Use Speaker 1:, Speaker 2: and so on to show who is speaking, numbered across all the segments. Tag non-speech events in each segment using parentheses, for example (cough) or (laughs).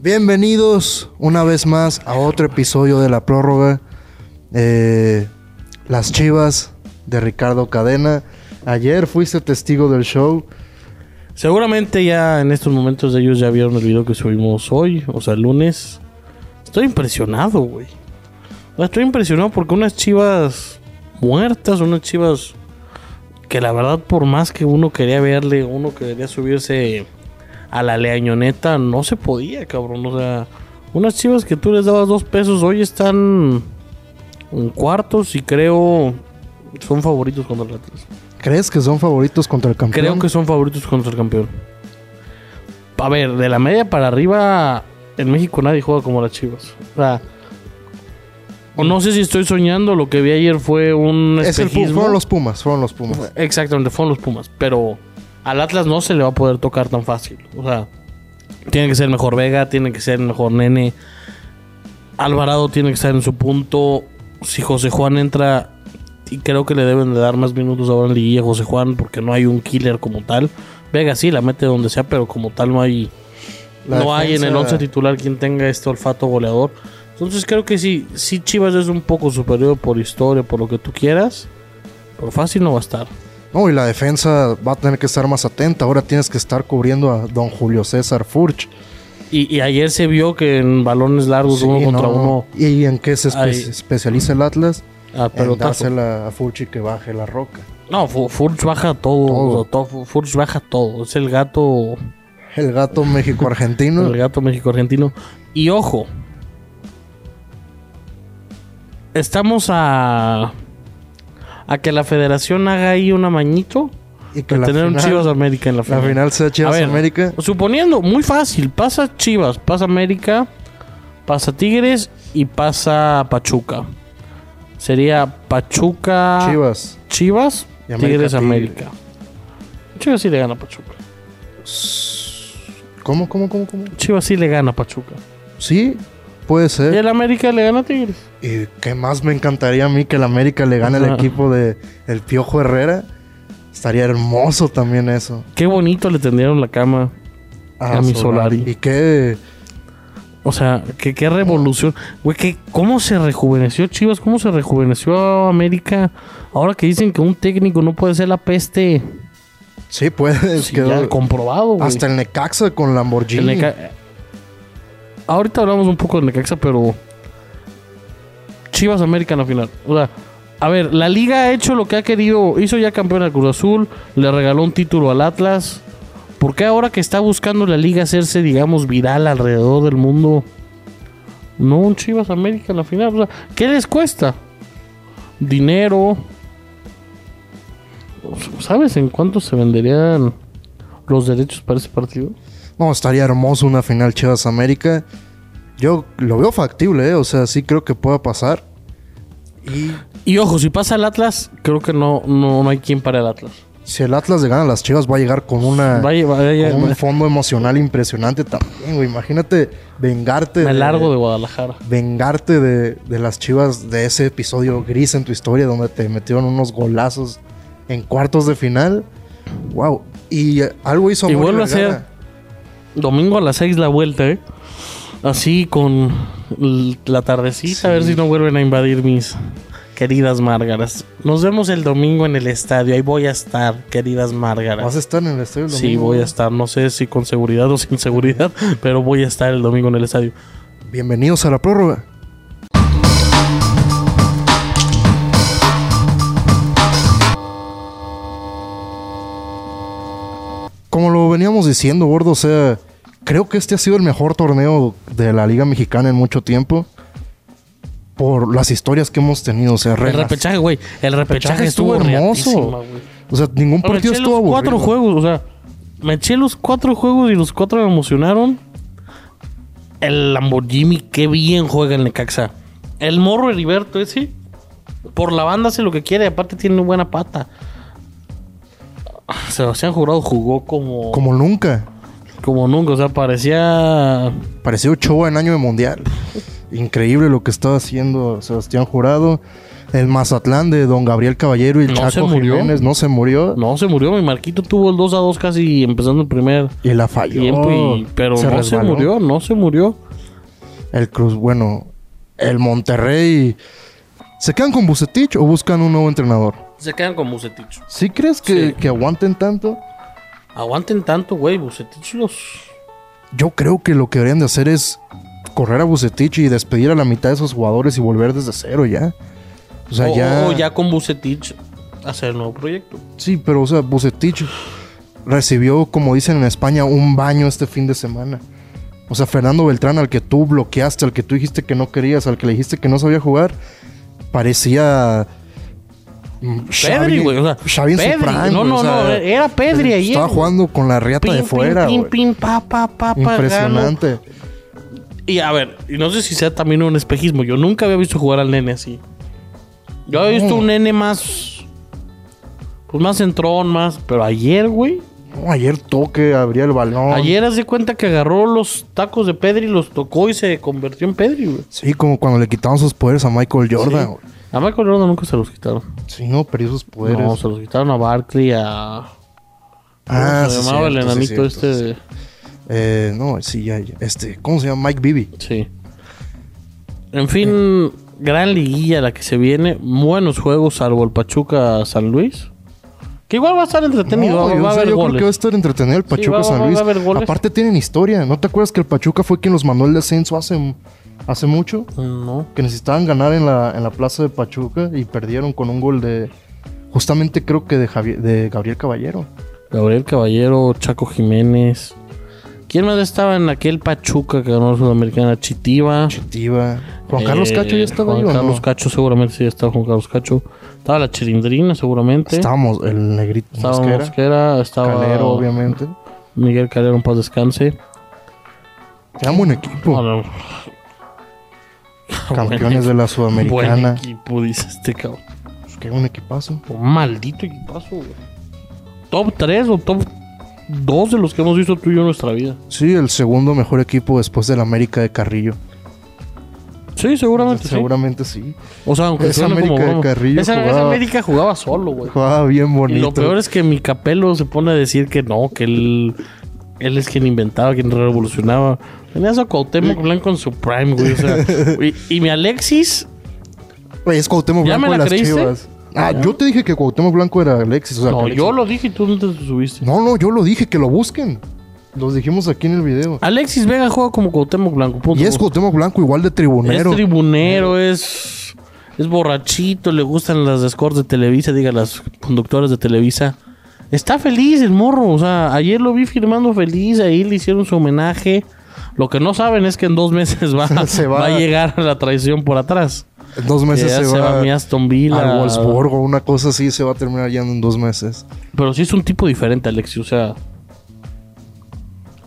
Speaker 1: Bienvenidos una vez más a otro episodio de La Prórroga. Eh, las chivas de Ricardo Cadena. Ayer fuiste testigo del show.
Speaker 2: Seguramente ya en estos momentos ellos ya vieron el video que subimos hoy, o sea, lunes. Estoy impresionado, güey. O sea, Estoy impresionado porque unas chivas muertas, unas chivas que la verdad por más que uno quería verle, uno quería subirse a la leañoneta, no se podía, cabrón. O sea, unas chivas que tú les dabas dos pesos, hoy están en cuartos y creo son favoritos contra el Atlas.
Speaker 1: ¿Crees que son favoritos contra el campeón?
Speaker 2: Creo que son favoritos contra el campeón. A ver, de la media para arriba, en México nadie juega como las Chivas. O sea, o no sé si estoy soñando, lo que vi ayer fue un
Speaker 1: es el, Pu-
Speaker 2: espejismo.
Speaker 1: fueron los Pumas, fueron los Pumas.
Speaker 2: Exactamente, fueron los Pumas, pero al Atlas no se le va a poder tocar tan fácil. O sea, tiene que ser el mejor Vega, tiene que ser el mejor Nene. Alvarado tiene que estar en su punto. Si José Juan entra, y creo que le deben de dar más minutos ahora en liguilla a José Juan, porque no hay un killer como tal. Vega sí, la mete donde sea, pero como tal no hay...
Speaker 1: La
Speaker 2: no hay en el
Speaker 1: defensa-
Speaker 2: 11 titular quien tenga este olfato goleador. Entonces creo que sí, sí Chivas es un poco superior por historia, por lo que tú quieras. Pero fácil no va a estar.
Speaker 1: No, y la defensa va a tener que estar más atenta. Ahora tienes que estar cubriendo a don Julio César Furch.
Speaker 2: Y, y ayer se vio que en balones largos
Speaker 1: Sí,
Speaker 2: uno contra
Speaker 1: no,
Speaker 2: uno
Speaker 1: ¿Y en qué se espe-
Speaker 2: Ahí.
Speaker 1: especializa el Atlas?
Speaker 2: a
Speaker 1: Pero en
Speaker 2: pelotazo.
Speaker 1: dársela a Furch y que baje la roca.
Speaker 2: No, Fu- Furch baja todo.
Speaker 1: Todo.
Speaker 2: o sea, todo- Furch baja todo. Es el gato,
Speaker 1: El gato México-Argentino.
Speaker 2: el gato México-Argentino. Y ojo, estamos a a que la Federación haga ahí un amañito
Speaker 1: y que
Speaker 2: de
Speaker 1: la
Speaker 2: tener un
Speaker 1: final-
Speaker 2: Chivas América en la
Speaker 1: La
Speaker 2: final.
Speaker 1: final sea
Speaker 2: A
Speaker 1: Chivas
Speaker 2: ver,
Speaker 1: América.
Speaker 2: Suponiendo, muy fácil, pasa Chivas, pasa América, pasa Tigres y pasa Pachuca. Sería Pachuca,
Speaker 1: Chivas.
Speaker 2: Chivas,
Speaker 1: Y América,
Speaker 2: Tigres,
Speaker 1: Tigres.
Speaker 2: América. Chivas sí le gana a Pachuca.
Speaker 1: ¿Cómo, cómo, cómo, cómo?
Speaker 2: Chivas sí le gana a Pachuca.
Speaker 1: Sí, puede
Speaker 2: Y
Speaker 1: ser.
Speaker 2: el América le gana a Tigres.
Speaker 1: Y qué más me encantaría a mí que el América le gane
Speaker 2: Ajá.
Speaker 1: al equipo de el Piojo Herrera. Estaría hermoso también eso.
Speaker 2: Qué bonito le tendieron la cama. A mi Solari.
Speaker 1: Y qué
Speaker 2: O sea, que- qué revolución. Güey, que cómo se rejuveneció Chivas, cómo se rejuveneció América. Ahora que dicen que un técnico no puede ser la peste.
Speaker 1: sí puede.
Speaker 2: Sí,
Speaker 1: quedó-
Speaker 2: ya comprobado, güey.
Speaker 1: hasta el Necaxa con
Speaker 2: El
Speaker 1: Lamborghini.
Speaker 2: Neca- Ahorita hablamos un poco de Necaxa, pero Chivas América en la final. O sea, a ver, la liga ha hecho lo que ha querido. Hizo ya campeón al Cruz Azul, le regaló un título al Atlas. ¿Por qué ahora que está buscando la liga hacerse, digamos, viral alrededor del mundo? No, un Chivas América en la final. O sea, ¿qué les cuesta? Dinero. ¿Sabes en cuánto se venderían los derechos para ese partido?
Speaker 1: No, estaría hermoso una final Chivas América. Yo lo veo factible, ¿eh? o sea, sí creo que pueda pasar. Y
Speaker 2: Y ojo, si pasa el Atlas, creo que no, no, no hay quien para el Atlas.
Speaker 1: si el Atlas le gana a las Chivas va a llegar con una
Speaker 2: Vaya, vaya,
Speaker 1: con un
Speaker 2: vaya.
Speaker 1: fondo emocional impresionante también, güey. Imagínate vengarte
Speaker 2: me largo de Guadalajara.
Speaker 1: vengarte de, de las chivas de ese episodio gris en tu historia donde te metieron unos golazos en cuartos de final. Wow. Y eh, algo hizo
Speaker 2: Y
Speaker 1: Amaury
Speaker 2: vuelve a
Speaker 1: Vergara.
Speaker 2: ser domingo a las 6 la vuelta, ¿eh? Así con l- la tardecita, a ver si no vuelven a invadir mis queridas Márgaras. Nos vemos el domingo en el estadio. Ahí voy a estar, queridas Márgaras.
Speaker 1: Vas a estar en el estadio el
Speaker 2: Sí,
Speaker 1: domingo?
Speaker 2: voy a estar. No sé si con seguridad o sin seguridad, (laughs) pero voy a estar el domingo en el estadio.
Speaker 1: Bienvenidos a la prórroga. Como lo veníamos diciendo, gordo, o sea, creo que este ha sido el mejor torneo de la Liga Mexicana en mucho tiempo. Por las historias que hemos tenido, o sea,
Speaker 2: El
Speaker 1: renas.
Speaker 2: repechaje, güey. El repechaje
Speaker 1: repechaje
Speaker 2: estuvo,
Speaker 1: estuvo hermoso.
Speaker 2: hermoso. güey.
Speaker 1: O sea, ningún
Speaker 2: Me eché
Speaker 1: partido
Speaker 2: los
Speaker 1: estuvo aburrido.
Speaker 2: cuatro juegos, o sea, me eché los cuatro juegos y los cuatro me emocionaron. El Lamborghini, qué bien juega el Necaxa. El morro Heriberto ese, por la banda hace lo que quiere, aparte tiene una buena pata. Sebastián Jurado jugó como, como,
Speaker 1: Como nunca.
Speaker 2: nunca, o sea, parecía...
Speaker 1: Pareció Ochoa en año de mundial. Increíble lo que estaba haciendo Sebastián Jurado. El Mazatlán de Don Gabriel Caballero y el
Speaker 2: No se
Speaker 1: Chaco
Speaker 2: murió.
Speaker 1: Jiménez no se murió.
Speaker 2: No, se murió. Mi Marquito tuvo el 2 a 2 casi empezando el primer
Speaker 1: Y la falló.
Speaker 2: tiempo. y- pero no
Speaker 1: oh, resbaló.
Speaker 2: se murió, no se murió.
Speaker 1: El Cruz, bueno, el Monterrey. ¿Se quedan con Bucetich o buscan un nuevo entrenador?
Speaker 2: Se quedan con Bucetich.
Speaker 1: ¿Sí crees que,
Speaker 2: Sí.
Speaker 1: que aguanten tanto?
Speaker 2: Aguanten tanto, güey. Bucetich los.
Speaker 1: Yo creo que lo que deberían de hacer es correr a Bucetich y despedir a la mitad de esos jugadores y volver desde cero ya. O sea,
Speaker 2: o,
Speaker 1: ya,
Speaker 2: o ya con Bucetich hacer el nuevo proyecto.
Speaker 1: Sí, pero o sea, Bucetich recibió, como dicen en España, un baño este fin de semana. O sea, Fernando Beltrán, al que tú bloqueaste, al que tú dijiste que no querías, al que le dijiste que no sabía jugar, parecía. mm,
Speaker 2: Pedri,
Speaker 1: Xavi-
Speaker 2: güey. O sea,
Speaker 1: Xavi en su
Speaker 2: Pedri.
Speaker 1: prime,
Speaker 2: no,
Speaker 1: güey,
Speaker 2: no,
Speaker 1: o sea,
Speaker 2: no. Era Pedri ayer.
Speaker 1: Estaba
Speaker 2: güey.
Speaker 1: jugando con la riata
Speaker 2: Pin,
Speaker 1: de
Speaker 2: pin,
Speaker 1: fuera,
Speaker 2: pin,
Speaker 1: güey.
Speaker 2: pin, pa, pa, pa, pa, gano.
Speaker 1: Impresionante.
Speaker 2: Y a ver, y no sé si sea también un espejismo. Yo nunca había visto jugar al nene así. Yo había visto un nene más. Pues más entrón, más. Pero ayer, güey.
Speaker 1: No, ayer toque, abría el balón.
Speaker 2: Ayer hace cuenta que agarró los tacos de Pedri, los tocó y se convirtió en Pedri, güey.
Speaker 1: Sí, como cuando le quitaban sus poderes a Michael Jordan, güey.
Speaker 2: A Michael Jordan nunca se los quitaron.
Speaker 1: Sí, no, perdió sus poderes.
Speaker 2: No, se los quitaron a Barkley, a.
Speaker 1: ah,
Speaker 2: ¿cómo se
Speaker 1: sí,
Speaker 2: llamaba el
Speaker 1: cierto, sí,
Speaker 2: enanito
Speaker 1: cierto,
Speaker 2: este.
Speaker 1: sí. Eh, no, sí, ya, ya. Este, ¿cómo se llama? Mike Bibby.
Speaker 2: Sí. En fin, gran liguilla la que se viene. Buenos juegos, salvo el Pachuca San Luis. Que igual va a estar entretenido,
Speaker 1: No,
Speaker 2: Este va,
Speaker 1: yo
Speaker 2: va
Speaker 1: o
Speaker 2: a
Speaker 1: sea,
Speaker 2: haber
Speaker 1: yo creo que va a
Speaker 2: goles.
Speaker 1: estar entretenido el Pachuca
Speaker 2: va- va- va a
Speaker 1: San Luis.
Speaker 2: haber goles.
Speaker 1: Aparte tienen historia. ¿No te acuerdas que el Pachuca fue quien los mandó el descenso hace, hace mucho?
Speaker 2: Mm, No.
Speaker 1: Que necesitaban ganar en la, en la plaza de Pachuca y perdieron con un gol de... Justamente creo que de, Javi- de Gabriel Caballero.
Speaker 2: Gabriel Caballero, Chaco Jiménez. ¿Quién más estaba en aquel Pachuca que ganó la Sudamericana? Chitiva.
Speaker 1: Chitiva. Juan Carlos
Speaker 2: Eh,
Speaker 1: Cacho ya estaba ahí
Speaker 2: Juan
Speaker 1: o
Speaker 2: Carlos
Speaker 1: no?
Speaker 2: Cacho, seguramente sí estaba Juan Carlos Cacho. Estaba la Chirindrina, seguramente.
Speaker 1: Estábamos, el negrito
Speaker 2: estaba
Speaker 1: Mosquera.
Speaker 2: Mosquera, estaba
Speaker 1: Calero, obviamente.
Speaker 2: Miguel Calero, en paz descanse.
Speaker 1: Era buen equipo.
Speaker 2: Ah, no.
Speaker 1: Campeones de la
Speaker 2: Buen
Speaker 1: Sudamericana.
Speaker 2: equipo, dice este cabrón.
Speaker 1: Pues, Qué un equipazo.
Speaker 2: Un maldito equipazo, güey. Top 3 o top 2 de los que hemos visto tú y yo en nuestra vida.
Speaker 1: Sí, el segundo mejor equipo después del América de Carrillo.
Speaker 2: Sí, seguramente.
Speaker 1: Seguramente sí.
Speaker 2: sí. O sea, aunque
Speaker 1: Esa
Speaker 2: suene como
Speaker 1: América de
Speaker 2: broma.
Speaker 1: Carrillo
Speaker 2: esa, esa
Speaker 1: jugaba-
Speaker 2: América jugaba solo, güey.
Speaker 1: Jugaba bien
Speaker 2: Y
Speaker 1: bonito.
Speaker 2: lo peor es que mi capelo se pone a decir que no, que él, él es quien inventaba, quien revolucionaba. Tenía eso Cuauhtémoc Blanco en su prime, güey.
Speaker 1: (laughs)
Speaker 2: O sea, y, y mi Alexis,
Speaker 1: Güey, es Cuauhtémoc
Speaker 2: ¿Ya
Speaker 1: Blanco
Speaker 2: me
Speaker 1: en
Speaker 2: la
Speaker 1: las
Speaker 2: creíste?
Speaker 1: chivas. Ah, yo te dije que Cuauhtémoc Blanco era Alexis. o sea, que
Speaker 2: no,
Speaker 1: Alexis-
Speaker 2: yo lo dije y tú no te subiste.
Speaker 1: No, no, yo lo dije, que lo busquen. Los dijimos aquí en el video.
Speaker 2: Alexis Vega juega como Cuauhtémoc Blanco. punto.
Speaker 1: Y es Cuauhtémoc Blanco igual de tribunero.
Speaker 2: Es tribunero, es, es borrachito, le gustan las escorts de Televisa, diga, las conductoras de Televisa. Está feliz el morro, o sea, ayer lo vi firmando feliz, ahí le hicieron su homenaje. Lo que no saben es que en dos meses va,
Speaker 1: (laughs) Se va.
Speaker 2: va. a llegar a la traición por atrás.
Speaker 1: En dos meses
Speaker 2: Ya
Speaker 1: se, va,
Speaker 2: mi Aston Villa.
Speaker 1: al Wolfsburgo, una cosa así, se va a terminar yendo en dos meses.
Speaker 2: Pero sí es un tipo diferente, Alexi. O sea,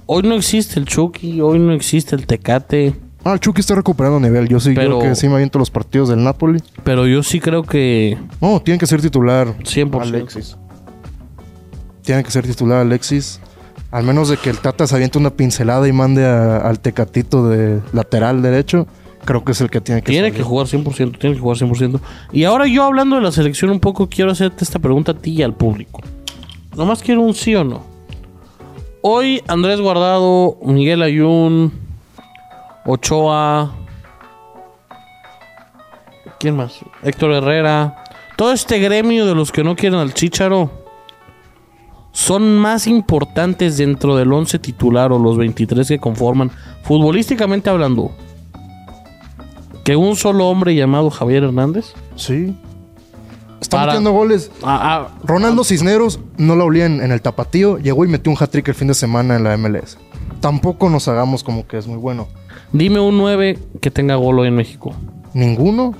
Speaker 2: hoy no existe el Chucky, hoy no existe el Tecate.
Speaker 1: Ah, el Chucky está recuperando nivel. Yo sí, yo
Speaker 2: Pero-
Speaker 1: creo que sí me aviento los partidos del Napoli.
Speaker 2: Pero yo sí creo que
Speaker 1: No, tiene que ser titular.
Speaker 2: 100%.
Speaker 1: Alexis. Tiene que ser titular Alexis. Al menos de que el Tata se aviente una pincelada y mande a- al Tecatito de lateral derecho. Creo que es el que tiene que
Speaker 2: Tiene
Speaker 1: salir.
Speaker 2: que jugar 100%, tiene que jugar 100%. Y ahora yo hablando de la selección un poco, quiero hacerte esta pregunta a ti y al público. Nomás quiero un sí o no. Hoy Andrés Guardado, Miguel Ayun, Ochoa, ¿quién más? Héctor Herrera. Todo este gremio de los que no quieren al Chicharo son más importantes dentro del 11 titular o los 23 que conforman, futbolísticamente hablando, que un solo hombre llamado Javier Hernández.
Speaker 1: Sí. Está
Speaker 2: Para-
Speaker 1: metiendo goles.
Speaker 2: Ah, ah,
Speaker 1: Ronaldo Cisneros no la olía en, en el tapatío. Llegó y metió un hat-trick el fin de semana en la MLS. Tampoco nos hagamos como que es muy bueno.
Speaker 2: dime un 9 que tenga gol hoy en México.
Speaker 1: Ninguno.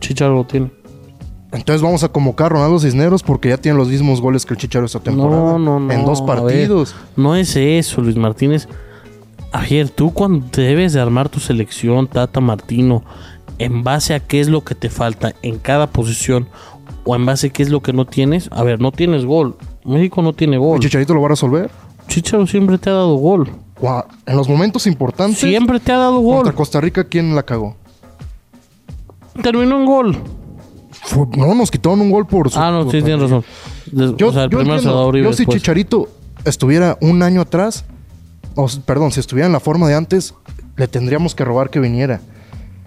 Speaker 2: Chicharo lo tiene.
Speaker 1: Entonces vamos a convocar a Ronaldo Cisneros porque ya tiene los mismos goles que el Chicharo esta temporada.
Speaker 2: No, no, no.
Speaker 1: En dos
Speaker 2: a
Speaker 1: partidos.
Speaker 2: ver, no es eso, Luis Martínez. Javier, tú cuando debes de armar tu selección, Tata Martino, en base a qué es lo que te falta en cada posición o en base a qué es lo que no tienes. A ver, no tienes gol. México no tiene
Speaker 1: ¿El
Speaker 2: gol.
Speaker 1: Chicharito lo va a resolver?
Speaker 2: Chicharo siempre te ha dado gol.
Speaker 1: Gua- En los momentos importantes.
Speaker 2: Siempre te ha dado
Speaker 1: Contra
Speaker 2: gol.
Speaker 1: Costa Rica, ¿quién la cagó?
Speaker 2: Terminó en gol.
Speaker 1: Fue- no, nos quitaron un gol por... su-
Speaker 2: Ah, no,
Speaker 1: por-
Speaker 2: sí, tienes razón. Des-
Speaker 1: Yo,
Speaker 2: o sea, el
Speaker 1: yo
Speaker 2: primero se
Speaker 1: entiendo,
Speaker 2: lo da Uribe
Speaker 1: yo si
Speaker 2: después.
Speaker 1: Chicharito estuviera un año atrás, o s- perdón, si estuviera en la forma de antes, le tendríamos que robar que viniera.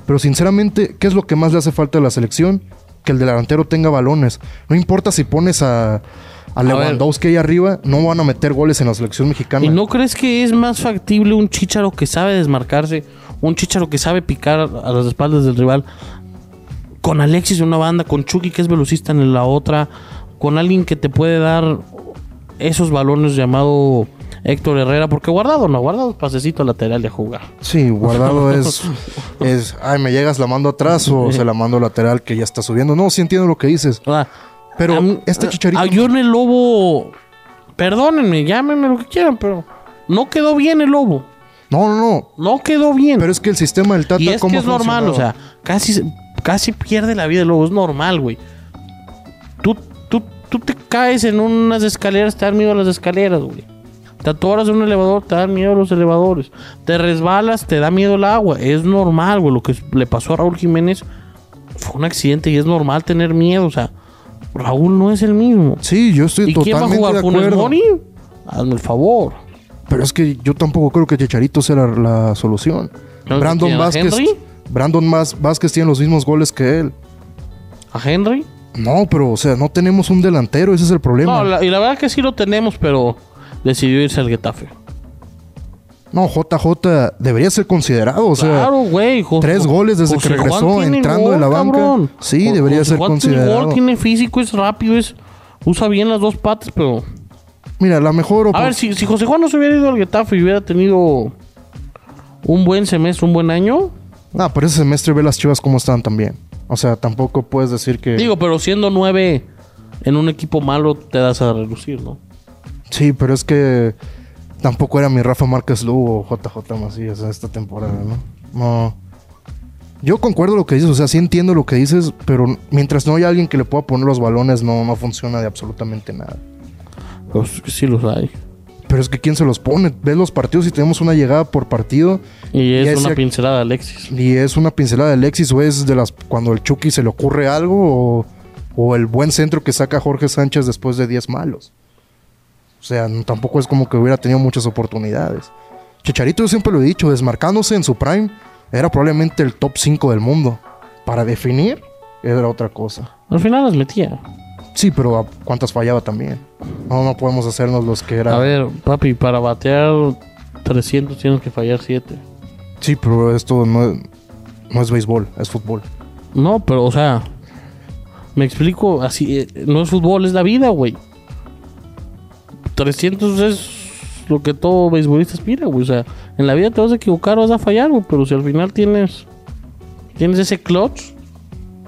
Speaker 1: Pero sinceramente, ¿qué es lo que más le hace falta a la selección? Que el delantero tenga balones. No importa si pones a, a
Speaker 2: ver.
Speaker 1: Lewandowski ahí arriba, no van a meter goles en la selección mexicana.
Speaker 2: ¿Y no crees que es más factible un chicharo que sabe desmarcarse, un chicharo que sabe picar a las espaldas del rival, con Alexis en una banda, con Chucky que es velocista en la otra, con alguien que te puede dar esos balones llamado Héctor Herrera? Porque guardado no, guardado es pasecito lateral de jugar.
Speaker 1: Sí, guardado
Speaker 2: (laughs)
Speaker 1: es, es, ay, me llegas, la mando atrás o se la mando lateral que ya está subiendo. No, sí entiendo lo que dices.
Speaker 2: ¿verdad?
Speaker 1: Pero
Speaker 2: A mí-
Speaker 1: este
Speaker 2: a-
Speaker 1: Chicharito-
Speaker 2: A ah, yo en el lobo, perdónenme, llámenme lo que quieran, pero no quedó bien el lobo.
Speaker 1: No, no, no.
Speaker 2: No quedó bien.
Speaker 1: Pero es que el sistema del Tata,
Speaker 2: Y es que
Speaker 1: ¿cómo
Speaker 2: es normal, o
Speaker 1: funcionaba?
Speaker 2: sea, casi, se- casi pierde la vida el lobo, es normal, güey. Tú, tú, tú te caes en unas escaleras, te dan miedo a las escaleras, güey. Te atoras en un elevador, te dan miedo a los elevadores. Te resbalas, te da miedo el agua. Es normal, güey. Lo que le pasó a Raúl Jiménez fue un accidente y es normal tener miedo. O sea, Raúl no es el mismo.
Speaker 1: Sí, yo estoy
Speaker 2: ¿Y quién va a
Speaker 1: totalmente
Speaker 2: jugar?
Speaker 1: de
Speaker 2: ¿Funes
Speaker 1: acuerdo.
Speaker 2: Mori? Hazme el favor.
Speaker 1: Pero es que yo tampoco creo que Chicharito sea la, la solución.
Speaker 2: ¿No
Speaker 1: Brandon
Speaker 2: tiene a
Speaker 1: Vázquez.
Speaker 2: Henry?
Speaker 1: Brandon Mas- Vázquez tiene los mismos goles que él.
Speaker 2: ¿A Henry?
Speaker 1: No, pero o sea, no tenemos un delantero, ese es el problema.
Speaker 2: No,
Speaker 1: No,
Speaker 2: la- y la verdad que sí lo tenemos, pero decidió irse al Getafe.
Speaker 1: JJ debería ser considerado, o sea,
Speaker 2: claro, güey. Jo-
Speaker 1: tres goles desde que
Speaker 2: Juan
Speaker 1: regresó,
Speaker 2: tiene Pues,
Speaker 1: entrando de la banca. Sí, debería ser
Speaker 2: Juan tiene
Speaker 1: considerado.
Speaker 2: Gol, tiene físico, es rápido, es usa bien las dos patas, pero...
Speaker 1: mira, la mejor
Speaker 2: A
Speaker 1: opor-
Speaker 2: ver, si, si José Juan no se hubiera ido al Getafe y hubiera tenido un buen semestre, un buen año...
Speaker 1: Ah, pero ese semestre ve las Chivas cómo están también. O sea, tampoco puedes decir que
Speaker 2: Digo, pero siendo nueve en un equipo malo te das a relucir, ¿no?
Speaker 1: Sí, pero es que tampoco era mi Rafa Márquez Lugo o JJ Macías esta temporada, ¿no? No. Yo concuerdo lo que dices, o sea, sí entiendo lo que dices, pero mientras no haya alguien que le pueda poner los balones, no, no funciona de absolutamente nada.
Speaker 2: Pues sí los hay.
Speaker 1: Pero es que ¿quién se los pone? Ves los partidos y tenemos una llegada por partido
Speaker 2: Y es
Speaker 1: Y ese-
Speaker 2: una pincelada, Alexis.
Speaker 1: y es una pincelada de Alexis o es de las cuando el Chucky se le ocurre algo o, o el buen centro que saca Jorge Sánchez después de 10 malos. O sea, no- tampoco es como que hubiera tenido muchas oportunidades. Chicharito, yo siempre lo he dicho, desmarcándose en su prime, era probablemente el top 5 del mundo. Para definir, era otra cosa.
Speaker 2: Al final las metía.
Speaker 1: Sí, pero ¿a ¿cuántas fallaba también? No, no podemos hacernos los que era.
Speaker 2: A ver, papi, para batear 300 tienes que fallar 7.
Speaker 1: Sí, pero esto no es- no es béisbol, es fútbol.
Speaker 2: No, pero, o sea, me explico, así, eh, no es fútbol, es la vida, güey. 300 es lo que todo beisbolista aspira, güey. O sea, en la vida te vas a equivocar, vas a fallar, güey, pero si al final tienes, tienes ese clutch,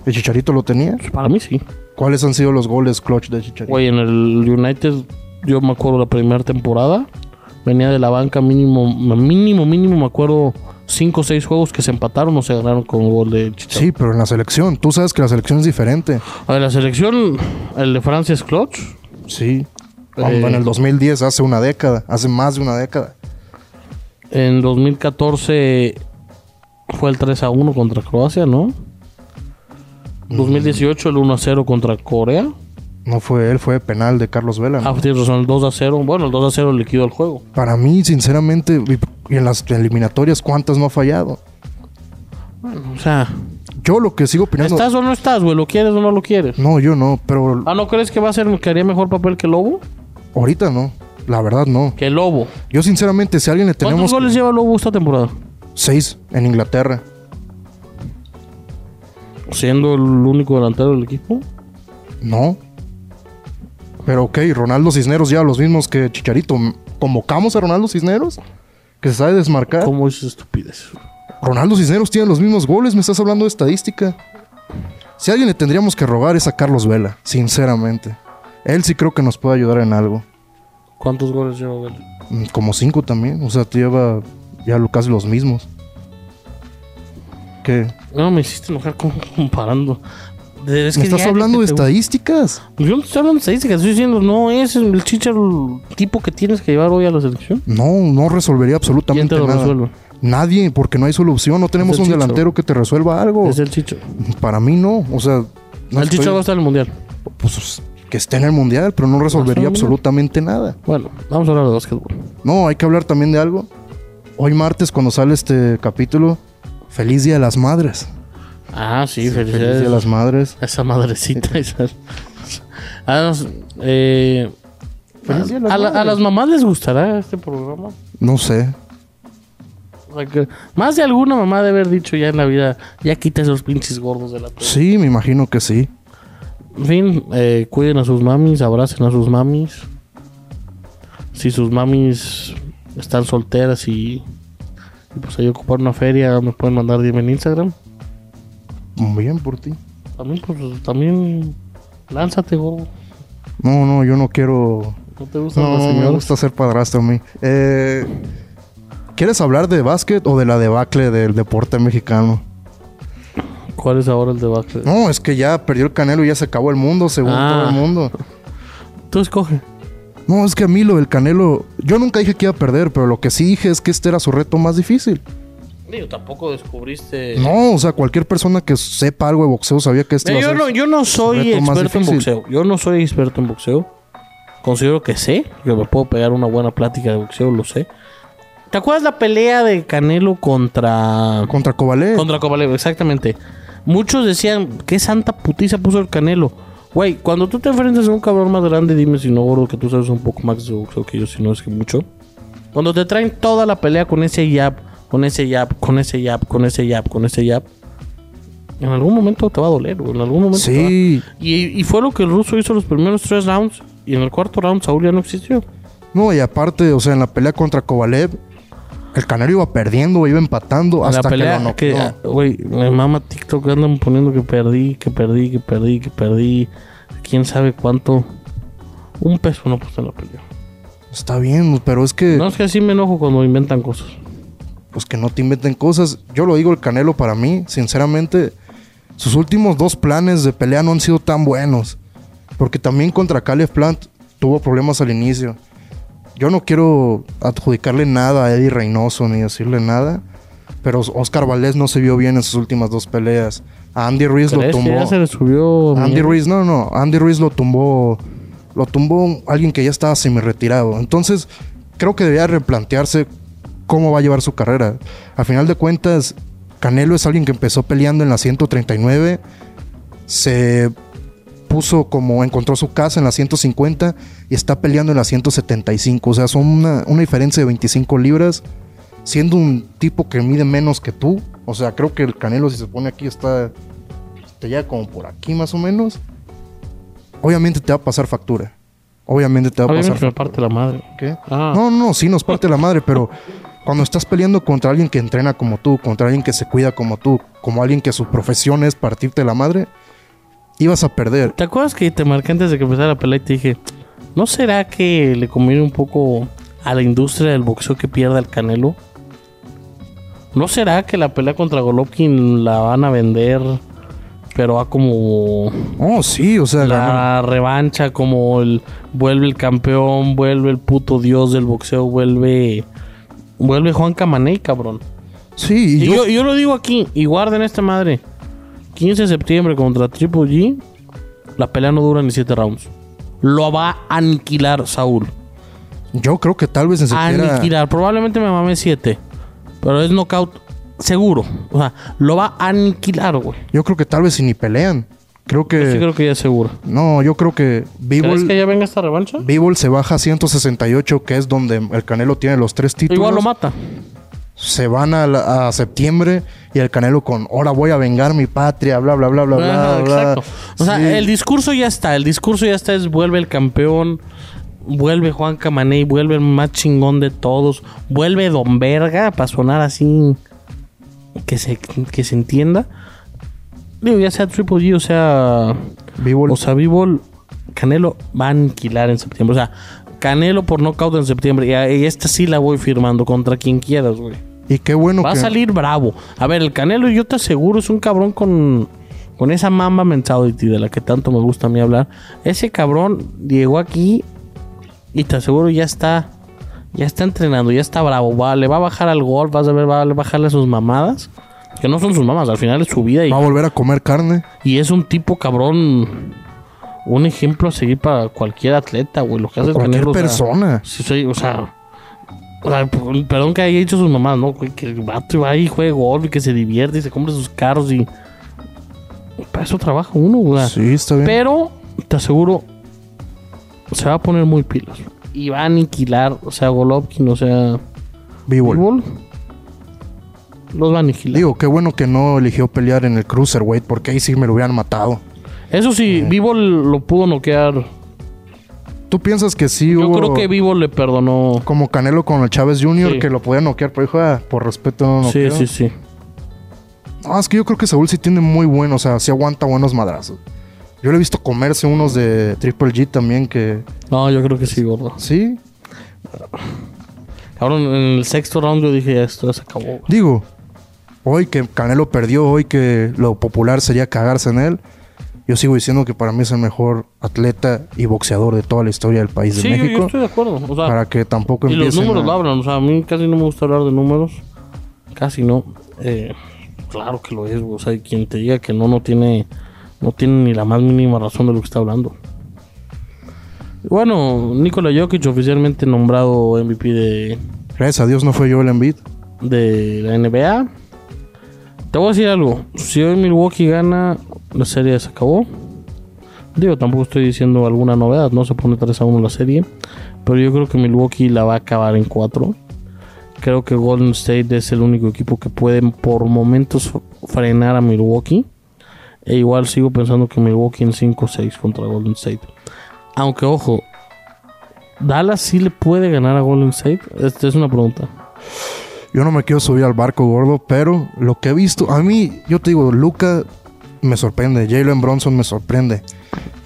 Speaker 1: ¿El Chicharito lo tenía?
Speaker 2: pues para mí sí.
Speaker 1: ¿Cuáles han sido los goles clutch de Chicharito?
Speaker 2: Güey, en el United, yo me acuerdo la primera temporada, venía de la banca mínimo, mínimo, mínimo, me acuerdo 5 o 6 juegos que se empataron o se ganaron con un gol de Chicharito.
Speaker 1: Sí, pero en la selección. Tú sabes que la selección es diferente.
Speaker 2: A ver, la selección, el de Francia es clutch.
Speaker 1: Sí. Cuando
Speaker 2: Eh,
Speaker 1: en el 2010, hace una década, hace más de una década.
Speaker 2: En 2014 fue el 3 a 1 contra Croacia, ¿no? 2018 el 1 a 0 contra Corea.
Speaker 1: No fue él, fue penal de Carlos Vela. ¿no?
Speaker 2: Ah, tienes razón, el 2 a 0. Bueno, el 2 a 0 le quitó el juego.
Speaker 1: Para mí, sinceramente, y- y en las eliminatorias, ¿cuántas no ha fallado?
Speaker 2: O sea,
Speaker 1: Yo lo que sigo opinando.
Speaker 2: ¿estás o no estás, güey? ¿Lo quieres o no lo quieres?
Speaker 1: No, yo no, pero
Speaker 2: Ah, ¿no crees que va a ser que haría mejor papel que Lobo?
Speaker 1: ahorita no. La verdad, no.
Speaker 2: Que Lobo.
Speaker 1: Yo, sinceramente, si a alguien le
Speaker 2: ¿Cuántos
Speaker 1: tenemos
Speaker 2: goles lleva Lobo esta temporada?
Speaker 1: seis en Inglaterra,
Speaker 2: Siendo el único delantero del equipo.
Speaker 1: no. Pero ok, Ronaldo Cisneros ya, los mismos que Chicharito. ¿Convocamos a Ronaldo Cisneros? Que se sabe desmarcar.
Speaker 2: ¿Cómo es estupidez?
Speaker 1: Ronaldo Cisneros tiene los mismos goles, me estás hablando de estadística. Si a alguien le tendríamos que rogar es a Carlos Vela, sinceramente. Él sí creo que nos puede ayudar en algo.
Speaker 2: ¿Cuántos goles lleva Vela?
Speaker 1: Mm, Como cinco también, o sea, te lleva ya lo- casi los mismos. ¿Qué?
Speaker 2: No, me hiciste enojar con- comparando. De- es
Speaker 1: ¿Me
Speaker 2: que
Speaker 1: estás
Speaker 2: diario
Speaker 1: hablando de
Speaker 2: que te-
Speaker 1: estadísticas?
Speaker 2: Pues Yo no te estoy hablando de estadísticas, estoy diciendo, no, ese es el chicharo tipo que tienes que llevar hoy a la selección.
Speaker 1: No, no resolvería
Speaker 2: ¿Quién
Speaker 1: absolutamente
Speaker 2: te lo
Speaker 1: nada.
Speaker 2: resuelve?
Speaker 1: Nadie, porque no hay solución, no tenemos
Speaker 2: el
Speaker 1: un
Speaker 2: Chicharo.
Speaker 1: delantero que te resuelva algo.
Speaker 2: Es el chicho.
Speaker 1: Para mí no, o sea, Oh. No
Speaker 2: el
Speaker 1: estoy-
Speaker 2: Chicho va a estar en el mundial.
Speaker 1: Pues que esté en el mundial, pero no resolvería
Speaker 2: Ajá.
Speaker 1: absolutamente nada.
Speaker 2: Bueno, vamos a hablar de básquetbol.
Speaker 1: No, hay que hablar también de algo. Hoy martes, cuando sale este capítulo, feliz día de las madres.
Speaker 2: Ah, sí, felicidades.
Speaker 1: Feliz día de las madres.
Speaker 2: a Esa madrecita, esa. A las, eh,
Speaker 1: Feliz
Speaker 2: a-
Speaker 1: día de Pues las
Speaker 2: a, la- a
Speaker 1: madres.
Speaker 2: las mamás les gustará este programa.
Speaker 1: No sé.
Speaker 2: O sea que más de alguna mamá de haber dicho ya en la vida, ya quita esos pinches gordos de la tele.
Speaker 1: Sí, me imagino que sí.
Speaker 2: En fin, eh, cuiden a sus mamis, abracen a sus mamis. Si sus mamis están solteras y, y pues ahí ocupar una feria, me pueden mandar DM en Instagram.
Speaker 1: Muy bien por ti.
Speaker 2: También, pues, también lánzate, gordo.
Speaker 1: No, no, yo no quiero.
Speaker 2: ¿No te gustan
Speaker 1: No,
Speaker 2: las
Speaker 1: no, me
Speaker 2: señoras?
Speaker 1: gusta ser padrastro a mí. Eh, ¿Quieres hablar de básquet o de la debacle del deporte mexicano?
Speaker 2: ¿Cuál es ahora el debate?
Speaker 1: No, es que ya perdió el Canelo y ya se acabó el mundo, según
Speaker 2: Ah.
Speaker 1: todo el mundo.
Speaker 2: Tú escoge.
Speaker 1: No, es que a mí lo del Canelo, yo nunca dije que iba a perder, pero lo que sí dije es que este era su reto más difícil.
Speaker 2: Digo, tampoco descubriste.
Speaker 1: No, o sea, cualquier persona que sepa algo de boxeo sabía que este
Speaker 2: Mira,
Speaker 1: iba
Speaker 2: yo,
Speaker 1: a
Speaker 2: no,
Speaker 1: ser.
Speaker 2: yo no soy
Speaker 1: reto más
Speaker 2: experto en
Speaker 1: difícil.
Speaker 2: boxeo. Yo no soy experto en boxeo. Considero que sé, que me puedo pegar una buena plática de boxeo, lo sé. ¿Te acuerdas la pelea de Canelo contra.
Speaker 1: Contra Kovalev.
Speaker 2: Contra Kovalev, exactamente. Muchos decían, qué santa putiza puso el Canelo. Güey, cuando tú te enfrentas a un cabrón más grande, dime si no, gordo, que tú sabes un poco más de boxeo que yo, si no es que mucho. Cuando te traen toda la pelea con ese jab, con ese jab, con ese jab, con ese jab, con ese jab, en algún momento te va a doler, güey, en algún momento. te va-
Speaker 1: Sí.
Speaker 2: Y, y fue lo que el ruso hizo los primeros tres rounds, y en el cuarto round Saúl ya no existió.
Speaker 1: No, y aparte, o sea, en la pelea contra Kovalev, el Canelo iba perdiendo, iba empatando
Speaker 2: En
Speaker 1: hasta
Speaker 2: la pelea
Speaker 1: que lo
Speaker 2: que,
Speaker 1: noqueó.
Speaker 2: güey, me mama TikTok andan poniendo que perdí, que perdí, que perdí, que perdí. Quién sabe cuánto. Un peso no puse en la pelea.
Speaker 1: Está bien, pero es que
Speaker 2: No es que así me enojo cuando inventan cosas.
Speaker 1: pues que no te inventen cosas. Yo lo digo, el Canelo para mí, sinceramente, sus últimos dos planes de pelea no han sido tan buenos. Porque también contra Caleb Plant tuvo problemas al inicio. Yo no quiero adjudicarle nada a Eddie Reynoso ni decirle nada. Pero Oscar Valdés no se vio bien en sus últimas dos peleas. A Andy Ruiz lo
Speaker 2: ¿Crees que
Speaker 1: tumbó.
Speaker 2: ya se le subió?
Speaker 1: Andy
Speaker 2: mierda?
Speaker 1: Ruiz, no, no, Andy Ruiz lo tumbó, lo tumbó alguien que ya estaba semi-retirado. Entonces, creo que debería replantearse cómo va a llevar su carrera. A final de cuentas, Canelo es alguien que empezó peleando en la 139, se puso como, encontró su casa en la 150 y está peleando en la 175. O sea, son una, una diferencia de 25 libras, siendo un tipo que mide menos que tú. O sea, creo que el Canelo, si se pone aquí, está te llega como por aquí más o menos, obviamente te va a pasar factura. Obviamente te va a
Speaker 2: Obviamente
Speaker 1: pasar
Speaker 2: me parte la madre.
Speaker 1: factura.
Speaker 2: Ah.
Speaker 1: No, no, no, sí nos parte la madre, pero cuando estás peleando contra alguien que entrena como tú, contra alguien que se cuida como tú, como alguien que su profesión es partirte la madre, ibas a perder.
Speaker 2: ¿Te acuerdas que te marqué antes de que empezara la pelea y te dije, ¿no será que le conviene un poco a la industria del boxeo que pierda el Canelo? ¿No será que la pelea contra Golovkin la van a vender, pero a como
Speaker 1: Oh, sí, o sea, ganar.
Speaker 2: la revancha, como el vuelve el campeón, vuelve el puto dios del boxeo, vuelve vuelve Juan Camaney, cabrón?
Speaker 1: Sí, y
Speaker 2: Y
Speaker 1: yo,
Speaker 2: yo, yo lo digo aquí, y guarden esta madre. 15 de septiembre contra Triple G, la pelea no dura ni 7 rounds. Lo va a aniquilar Saúl.
Speaker 1: yo creo que tal vez ni
Speaker 2: Ah,
Speaker 1: siquiera.
Speaker 2: Aniquilar. Probablemente me mame 7. Pero es knockout seguro. O sea, lo va a aniquilar, güey.
Speaker 1: Yo creo que tal vez si ni pelean. Creo que.
Speaker 2: Yo sí creo que ya es seguro.
Speaker 1: No, yo creo que.
Speaker 2: ¿Crees
Speaker 1: Bivol
Speaker 2: que ya venga esta revancha?
Speaker 1: Bivol se baja a 168, que es donde el Canelo tiene los tres títulos.
Speaker 2: Igual lo mata.
Speaker 1: se van a, la- a septiembre y el Canelo con ahora voy a vengar mi patria, bla, bla, bla, bla,
Speaker 2: Ajá,
Speaker 1: bla. bla.
Speaker 2: exacto. O sea,
Speaker 1: Sí.
Speaker 2: el discurso ya está. El discurso ya está. Es vuelve el campeón. Vuelve Juan Camaney. Vuelve el más chingón de todos. Vuelve Don Verga. Para sonar así. Que se, que se entienda. Digo, ya sea Triple G o sea.
Speaker 1: Bivol-
Speaker 2: O sea, Bivol. Canelo va a aniquilar en septiembre. O sea, Canelo por nocaut en septiembre. Y, a- y esta sí la voy firmando contra quien quieras, güey.
Speaker 1: y qué bueno
Speaker 2: Va a
Speaker 1: que
Speaker 2: salir bravo. A ver, el Canelo, yo te aseguro, es un cabrón con, con esa mamba mentality de la que tanto me gusta a mí hablar. Ese cabrón llegó aquí y te aseguro ya está. Ya está entrenando, ya está bravo. Va, le va a bajar al golf, vas a ver, va a bajarle a sus mamadas. Que no son sus mamás, al final es su vida. Y,
Speaker 1: Va a volver a comer carne.
Speaker 2: y es un tipo cabrón. Un ejemplo a seguir para cualquier atleta, güey. Lo que hace es
Speaker 1: Cualquier
Speaker 2: tenerlo, o sea,
Speaker 1: persona.
Speaker 2: Sí, soy, o sea. o sea, p- perdón que haya hecho sus mamás, ¿no? Que, que el vato va y juega golf y que se divierte y se compra sus carros y. Para eso trabaja uno, güey.
Speaker 1: sí, está bien.
Speaker 2: Pero te aseguro, se va a poner muy pilas. Y va a aniquilar, o sea, Golovkin, o sea.
Speaker 1: Bivol.
Speaker 2: Pitbull, Los va a aniquilar.
Speaker 1: Digo, qué bueno que no eligió pelear en el Cruiserweight, porque ahí sí me lo hubieran matado.
Speaker 2: Eso sí, Vivo lo pudo noquear.
Speaker 1: ¿Tú piensas que sí
Speaker 2: Yo
Speaker 1: hubo
Speaker 2: creo que Vivo le perdonó.
Speaker 1: como Canelo con el Chávez Jr.
Speaker 2: Sí.
Speaker 1: que lo podía noquear? Pero dijo, "Ah, por respeto no lo
Speaker 2: sí, sí, sí.
Speaker 1: No, es que yo creo que Saúl sí tiene muy bueno, o sea, sí aguanta buenos madrazos. Yo lo he visto comerse unos de Triple G también que...
Speaker 2: No, yo creo que sí, gordo.
Speaker 1: Sí,
Speaker 2: Cabrón, en el sexto round yo dije, ya esto ya se acabó.
Speaker 1: digo, hoy que Canelo perdió, hoy que lo popular sería cagarse en él, yo sigo diciendo que para mí es el mejor atleta y boxeador de toda la historia del país
Speaker 2: Sí,
Speaker 1: de
Speaker 2: yo, yo
Speaker 1: México.
Speaker 2: estoy de acuerdo. O sea,
Speaker 1: Para que tampoco
Speaker 2: y los
Speaker 1: empiecen
Speaker 2: números
Speaker 1: a-
Speaker 2: lo hablan. O sea, a mí casi no me gusta hablar de números. Casi no. Eh, claro que lo es, güey. O sea, y quien te diga que no, no tiene, no tiene ni la más mínima razón de lo que está hablando. Bueno, Nikola Jokic oficialmente nombrado MVP de,
Speaker 1: Gracias a Dios no fue Joel Embiid.
Speaker 2: de la NBA. Te voy a decir algo. Si hoy Milwaukee gana, la serie se acabó. Digo, tampoco estoy diciendo alguna novedad. No se pone 3 a 1 la serie. Pero yo creo que Milwaukee la va a acabar en 4. Creo que Golden State es el único equipo que puede por momentos frenar a Milwaukee. E igual sigo pensando que Milwaukee en 5-6 contra Golden State. Aunque ojo, Dallas sí le puede ganar a Golden State. Esta es una pregunta.
Speaker 1: Yo no me quiero subir al barco gordo, pero lo que he visto, a mí, yo te digo, Luca me sorprende, Jalen Bronson me sorprende,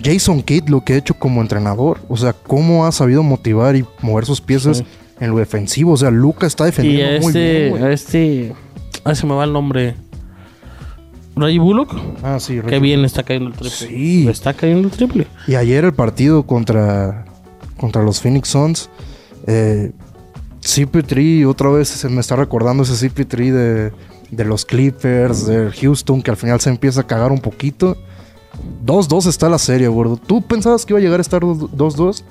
Speaker 1: Jason Kidd lo que ha hecho como entrenador, o sea, cómo ha sabido motivar y mover sus piezas
Speaker 2: Sí.
Speaker 1: en lo defensivo, o sea, Luca está
Speaker 2: Y
Speaker 1: defendiendo
Speaker 2: a
Speaker 1: muy
Speaker 2: este,
Speaker 1: bien. güey.
Speaker 2: a este, ay, se me va el nombre. Ray Bullock,
Speaker 1: Ah, sí,
Speaker 2: que
Speaker 1: Ricky.
Speaker 2: bien está cayendo el triple.
Speaker 1: Sí.
Speaker 2: Está cayendo el triple.
Speaker 1: Y ayer el partido contra, contra los Phoenix Suns, eh, CP3 otra vez se me está recordando ese CP3 de, de los Clippers, de Houston, que al final se empieza a cagar un poquito. 2-2 está la serie, gordo. ¿Tú pensabas que iba a llegar a estar 2-2?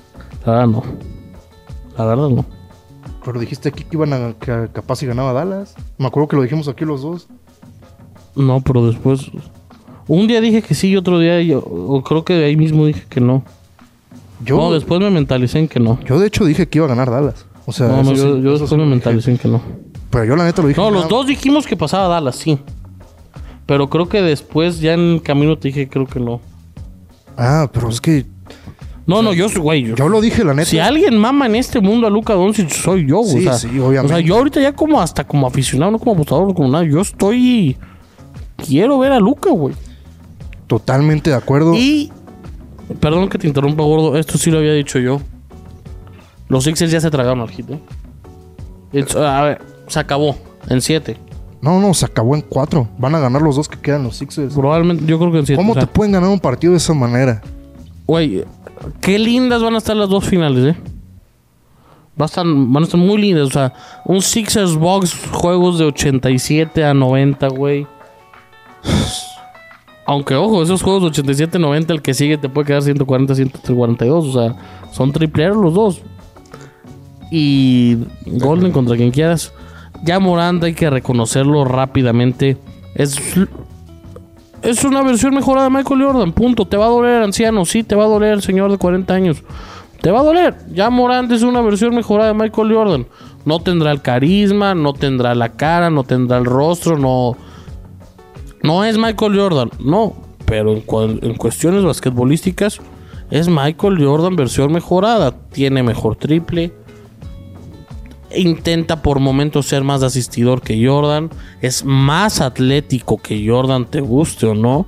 Speaker 2: La verdad no. La verdad no.
Speaker 1: Pero dijiste aquí que iban a que capaz si ganaba Dallas. Me acuerdo que lo dijimos aquí los dos.
Speaker 2: No, pero después. Un día dije que sí y otro día yo o creo que ahí mismo dije que no.
Speaker 1: Yo,
Speaker 2: No, después me mentalicé en que no.
Speaker 1: yo de hecho dije que iba a ganar Dallas. O sea,
Speaker 2: No, no,
Speaker 1: eso
Speaker 2: yo,
Speaker 1: sí,
Speaker 2: yo
Speaker 1: eso
Speaker 2: después
Speaker 1: sí
Speaker 2: me
Speaker 1: lo dije.
Speaker 2: mentalicé en que no.
Speaker 1: Pero yo la neta lo dije.
Speaker 2: No,
Speaker 1: nada
Speaker 2: los dos dijimos que pasaba Dallas, sí. Pero creo que después, ya en el camino, te dije creo que no.
Speaker 1: Ah, pero es que
Speaker 2: No, no, yo, güey, yo,
Speaker 1: yo lo dije la neta.
Speaker 2: Si alguien mama en este mundo a Luca Doncic soy yo, güey.
Speaker 1: Sí,
Speaker 2: o sea,
Speaker 1: sí, obviamente.
Speaker 2: O sea, yo ahorita ya como hasta como aficionado, no como apostador, no como nada, yo estoy quiero ver a Luca, güey.
Speaker 1: Totalmente de acuerdo.
Speaker 2: Y perdón que te interrumpa, gordo, esto sí lo había dicho yo. Los Sixers ya se tragaron al hit, ¿eh? It's- a ver, se acabó en 7.
Speaker 1: No, no, se acabó en cuatro. Van a ganar los dos que quedan los Sixers.
Speaker 2: Probablemente yo creo que en 7.
Speaker 1: ¿Cómo te pueden ganar un partido de esa manera?
Speaker 2: Güey, qué lindas van a estar las dos finales, eh. Va a estar- van a estar muy lindas. O sea, un Sixers Box, juegos de 87 a 90, güey. Aunque, ojo, esos juegos de 87 a 90, el que sigue te puede quedar 140, 142. O sea, son tripleros los dos. Y Golden contra quien quieras. Ya Moranda hay que reconocerlo rápidamente. Es es una versión mejorada de Michael Jordan, punto. Te va a doler, anciano, sí, te va a doler, señor de 40 años. Te va a doler. Ya Morant es una versión mejorada de Michael Jordan. No tendrá el carisma, no tendrá la cara, no tendrá el rostro, no... No es Michael Jordan, no. Pero en, cuan- en cuestiones basquetbolísticas, es Michael Jordan versión mejorada. Tiene mejor triple. Intenta por momentos ser más asistidor que Jordan. Es más atlético que Jordan, te guste o no.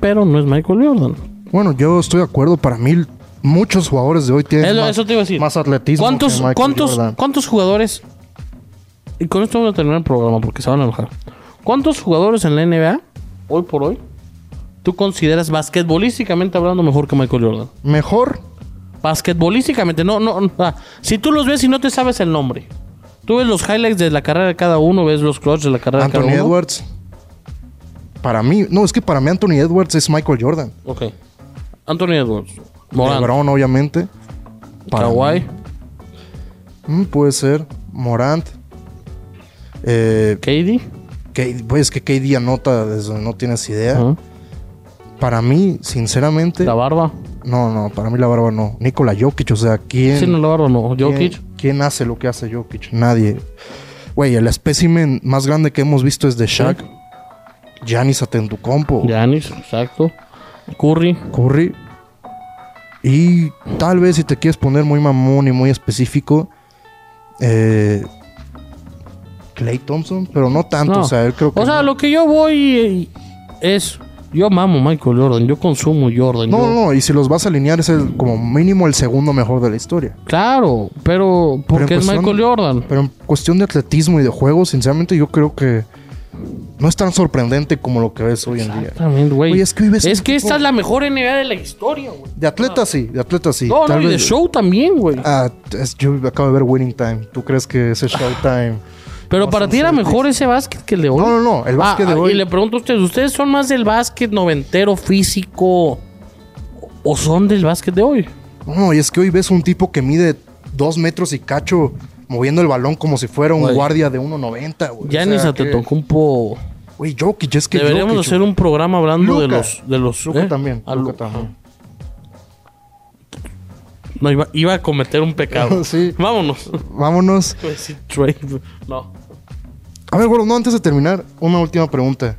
Speaker 2: Pero no es Michael Jordan.
Speaker 1: Bueno, yo estoy de acuerdo. Para mí, muchos jugadores de hoy tienen
Speaker 2: Es lo-
Speaker 1: más,
Speaker 2: eso te iba a decir.
Speaker 1: más atletismo. que
Speaker 2: ¿Cuántos,
Speaker 1: Michael
Speaker 2: cuántos,
Speaker 1: Jordan.
Speaker 2: ¿Cuántos jugadores? Y con esto vamos a terminar el programa porque se van a enojar. ¿Cuántos jugadores en la NBA, hoy por hoy, tú consideras basquetbolísticamente hablando mejor que Michael Jordan?
Speaker 1: Mejor,
Speaker 2: Ah, Basquetbolísticamente, no, no, no. ah, Si tú los ves y no te sabes el nombre, Tú ves los highlights de la carrera de cada uno, ves los clutch de la carrera de
Speaker 1: Anthony
Speaker 2: cada uno.
Speaker 1: Edwards. Para mí, no, es que para mí Anthony Edwards es Michael Jordan.
Speaker 2: Ok. Anthony Edwards. Morán.
Speaker 1: LeBron, obviamente. Para
Speaker 2: Kawhi.
Speaker 1: Mm, puede ser. Morant. Eh,
Speaker 2: KD.
Speaker 1: K- pues es que KD anota desde no tienes idea.
Speaker 2: Ajá.
Speaker 1: Para mí, sinceramente.
Speaker 2: La barba.
Speaker 1: No, no, para mí la barba no. Nikola Jokic, o sea, ¿quién,
Speaker 2: Sí, no, la barba no. Jokic.
Speaker 1: ¿quién, quién hace lo que hace Jokic? Nadie. Güey, el espécimen más grande que hemos visto es de Shaq. Giannis Atenducompo.
Speaker 2: Giannis. Exacto. Curry.
Speaker 1: Curry. Y tal vez si te quieres poner muy mamón y muy específico, eh, Clay Thompson, pero no tanto.
Speaker 2: No.
Speaker 1: O sea, él creo que.
Speaker 2: O sea,
Speaker 1: no.
Speaker 2: lo que yo voy eh, es. Yo mamo Michael Jordan, yo consumo Jordan.
Speaker 1: no,
Speaker 2: yo-
Speaker 1: no, no, y si los vas a alinear es el, como mínimo el segundo mejor de la historia.
Speaker 2: Claro, pero
Speaker 1: Pero pues, en
Speaker 2: porque es
Speaker 1: cuestión-
Speaker 2: Michael Jordan.
Speaker 1: Pero en cuestión de atletismo y de juego, sinceramente, yo creo que no es tan sorprendente como lo que ves hoy en día.
Speaker 2: Exactamente, güey.
Speaker 1: Oye, es que hoy ves un tipo-
Speaker 2: esta es la mejor NBA de la historia, güey.
Speaker 1: De atleta sí, de atleta sí.
Speaker 2: No, no,
Speaker 1: tal
Speaker 2: y de
Speaker 1: vez-
Speaker 2: show también, güey.
Speaker 1: Ah, es- yo acabo de ver Winning Time. ¿Tú crees que ese Showtime?
Speaker 2: Pero para ti era mejor ese básquet que el de hoy. Ah,
Speaker 1: No, no, no, el básquet de hoy-
Speaker 2: Y le pregunto a ustedes, ¿ustedes son más del básquet noventero físico o son del básquet de hoy?
Speaker 1: No, y es que hoy ves un tipo que mide dos metros y cacho moviendo el balón como si fuera un
Speaker 2: Güey.
Speaker 1: guardia de 1.90, güey.
Speaker 2: Ya
Speaker 1: O
Speaker 2: ni
Speaker 1: sea,
Speaker 2: se te
Speaker 1: que-
Speaker 2: tocó un poco.
Speaker 1: Güey, Jokic, es que
Speaker 2: Deberíamos
Speaker 1: Jokic,
Speaker 2: hacer un programa hablando de
Speaker 1: Luka.
Speaker 2: los. De los
Speaker 1: Luka
Speaker 2: ¿eh?
Speaker 1: también,
Speaker 2: Ah,
Speaker 1: Luka
Speaker 2: Luka.
Speaker 1: también.
Speaker 2: No, iba, iba a cometer un pecado.
Speaker 1: (laughs) Sí. Pues
Speaker 2: Vámonos.
Speaker 1: Vámonos.
Speaker 2: Iba a decir trade. No.
Speaker 1: A ver, gordo, no, antes de terminar, una última pregunta.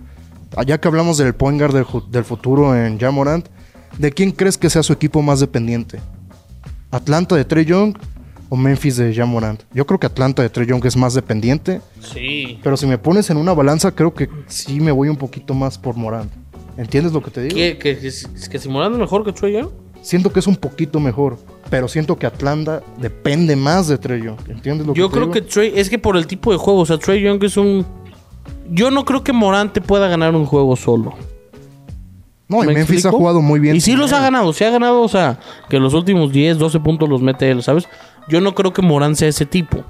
Speaker 1: Ya que hablamos del point guard del, ju- del futuro en Jamorant, ¿de quién crees que sea su equipo más dependiente? ¿Atlanta de Trey Young o Memphis de Jamorant? Yo creo que Atlanta de Trey Young es más dependiente,
Speaker 2: Sí.
Speaker 1: pero si me pones en una balanza, creo que sí me voy un poquito más por Morant. ¿Entiendes lo que te digo?
Speaker 2: ¿Qué, que, que, que si Morán es mejor que Trey Young?
Speaker 1: Siento que es un poquito mejor, pero siento que Atlanta depende más de Trey Young. ¿Entiendes lo
Speaker 2: Yo
Speaker 1: que te
Speaker 2: creo que
Speaker 1: digo?
Speaker 2: Trey, es que por el tipo de juego, o sea, Trey Young es un... Yo no creo que Morante pueda ganar un juego solo.
Speaker 1: No, y
Speaker 2: ¿Me
Speaker 1: Memphis
Speaker 2: explico?
Speaker 1: ha jugado muy bien.
Speaker 2: Y sí los ha ganado, sí ha ganado, o sea, que los últimos 10, 12 puntos los mete él, ¿sabes? Yo no creo que Morán sea ese tipo.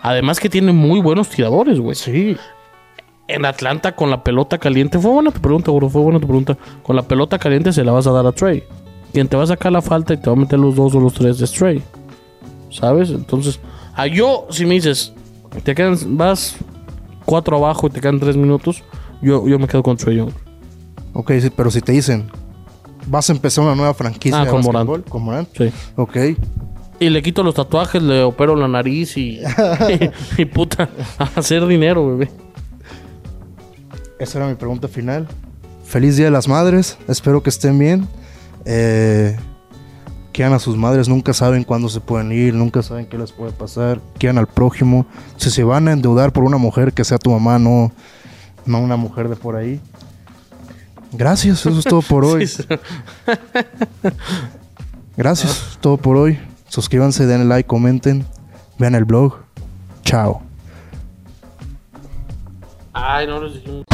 Speaker 2: Además que tiene muy buenos tiradores, güey.
Speaker 1: Sí.
Speaker 2: En Atlanta con la pelota caliente, fue buena tu pregunta, bro, fue buena tu pregunta. Con la pelota caliente se la vas a dar a Trey. Quien te va a sacar la falta y te va a meter los dos o los tres de Trey. ¿Sabes? Entonces, a yo, si me dices, te quedan, vas cuatro abajo y te quedan tres minutos, yo, yo me quedo con Trey Young.
Speaker 1: Ok, sí, pero si te dicen, vas a empezar una nueva franquicia
Speaker 2: Ah,
Speaker 1: de
Speaker 2: con
Speaker 1: básquetbol,
Speaker 2: Morant.
Speaker 1: con Morant.
Speaker 2: Sí.
Speaker 1: Ok.
Speaker 2: Y le quito los tatuajes, le opero la nariz (laughs) y. y puta, a hacer dinero, bebé.
Speaker 1: Esa era mi pregunta final. Feliz Día de las Madres. Espero que estén bien. Eh, quieran a sus madres. Nunca saben cuándo se pueden ir. Nunca saben qué les puede pasar. Quieran al prójimo. Si se van a endeudar por una mujer que sea tu mamá, no, no una mujer de por ahí. Gracias. Eso es todo
Speaker 2: (laughs)
Speaker 1: por hoy. Gracias.
Speaker 2: Ah.
Speaker 1: eso es todo por hoy. Suscríbanse, denle like, comenten. Vean el blog. Chao.
Speaker 2: Ay, no les dijimos.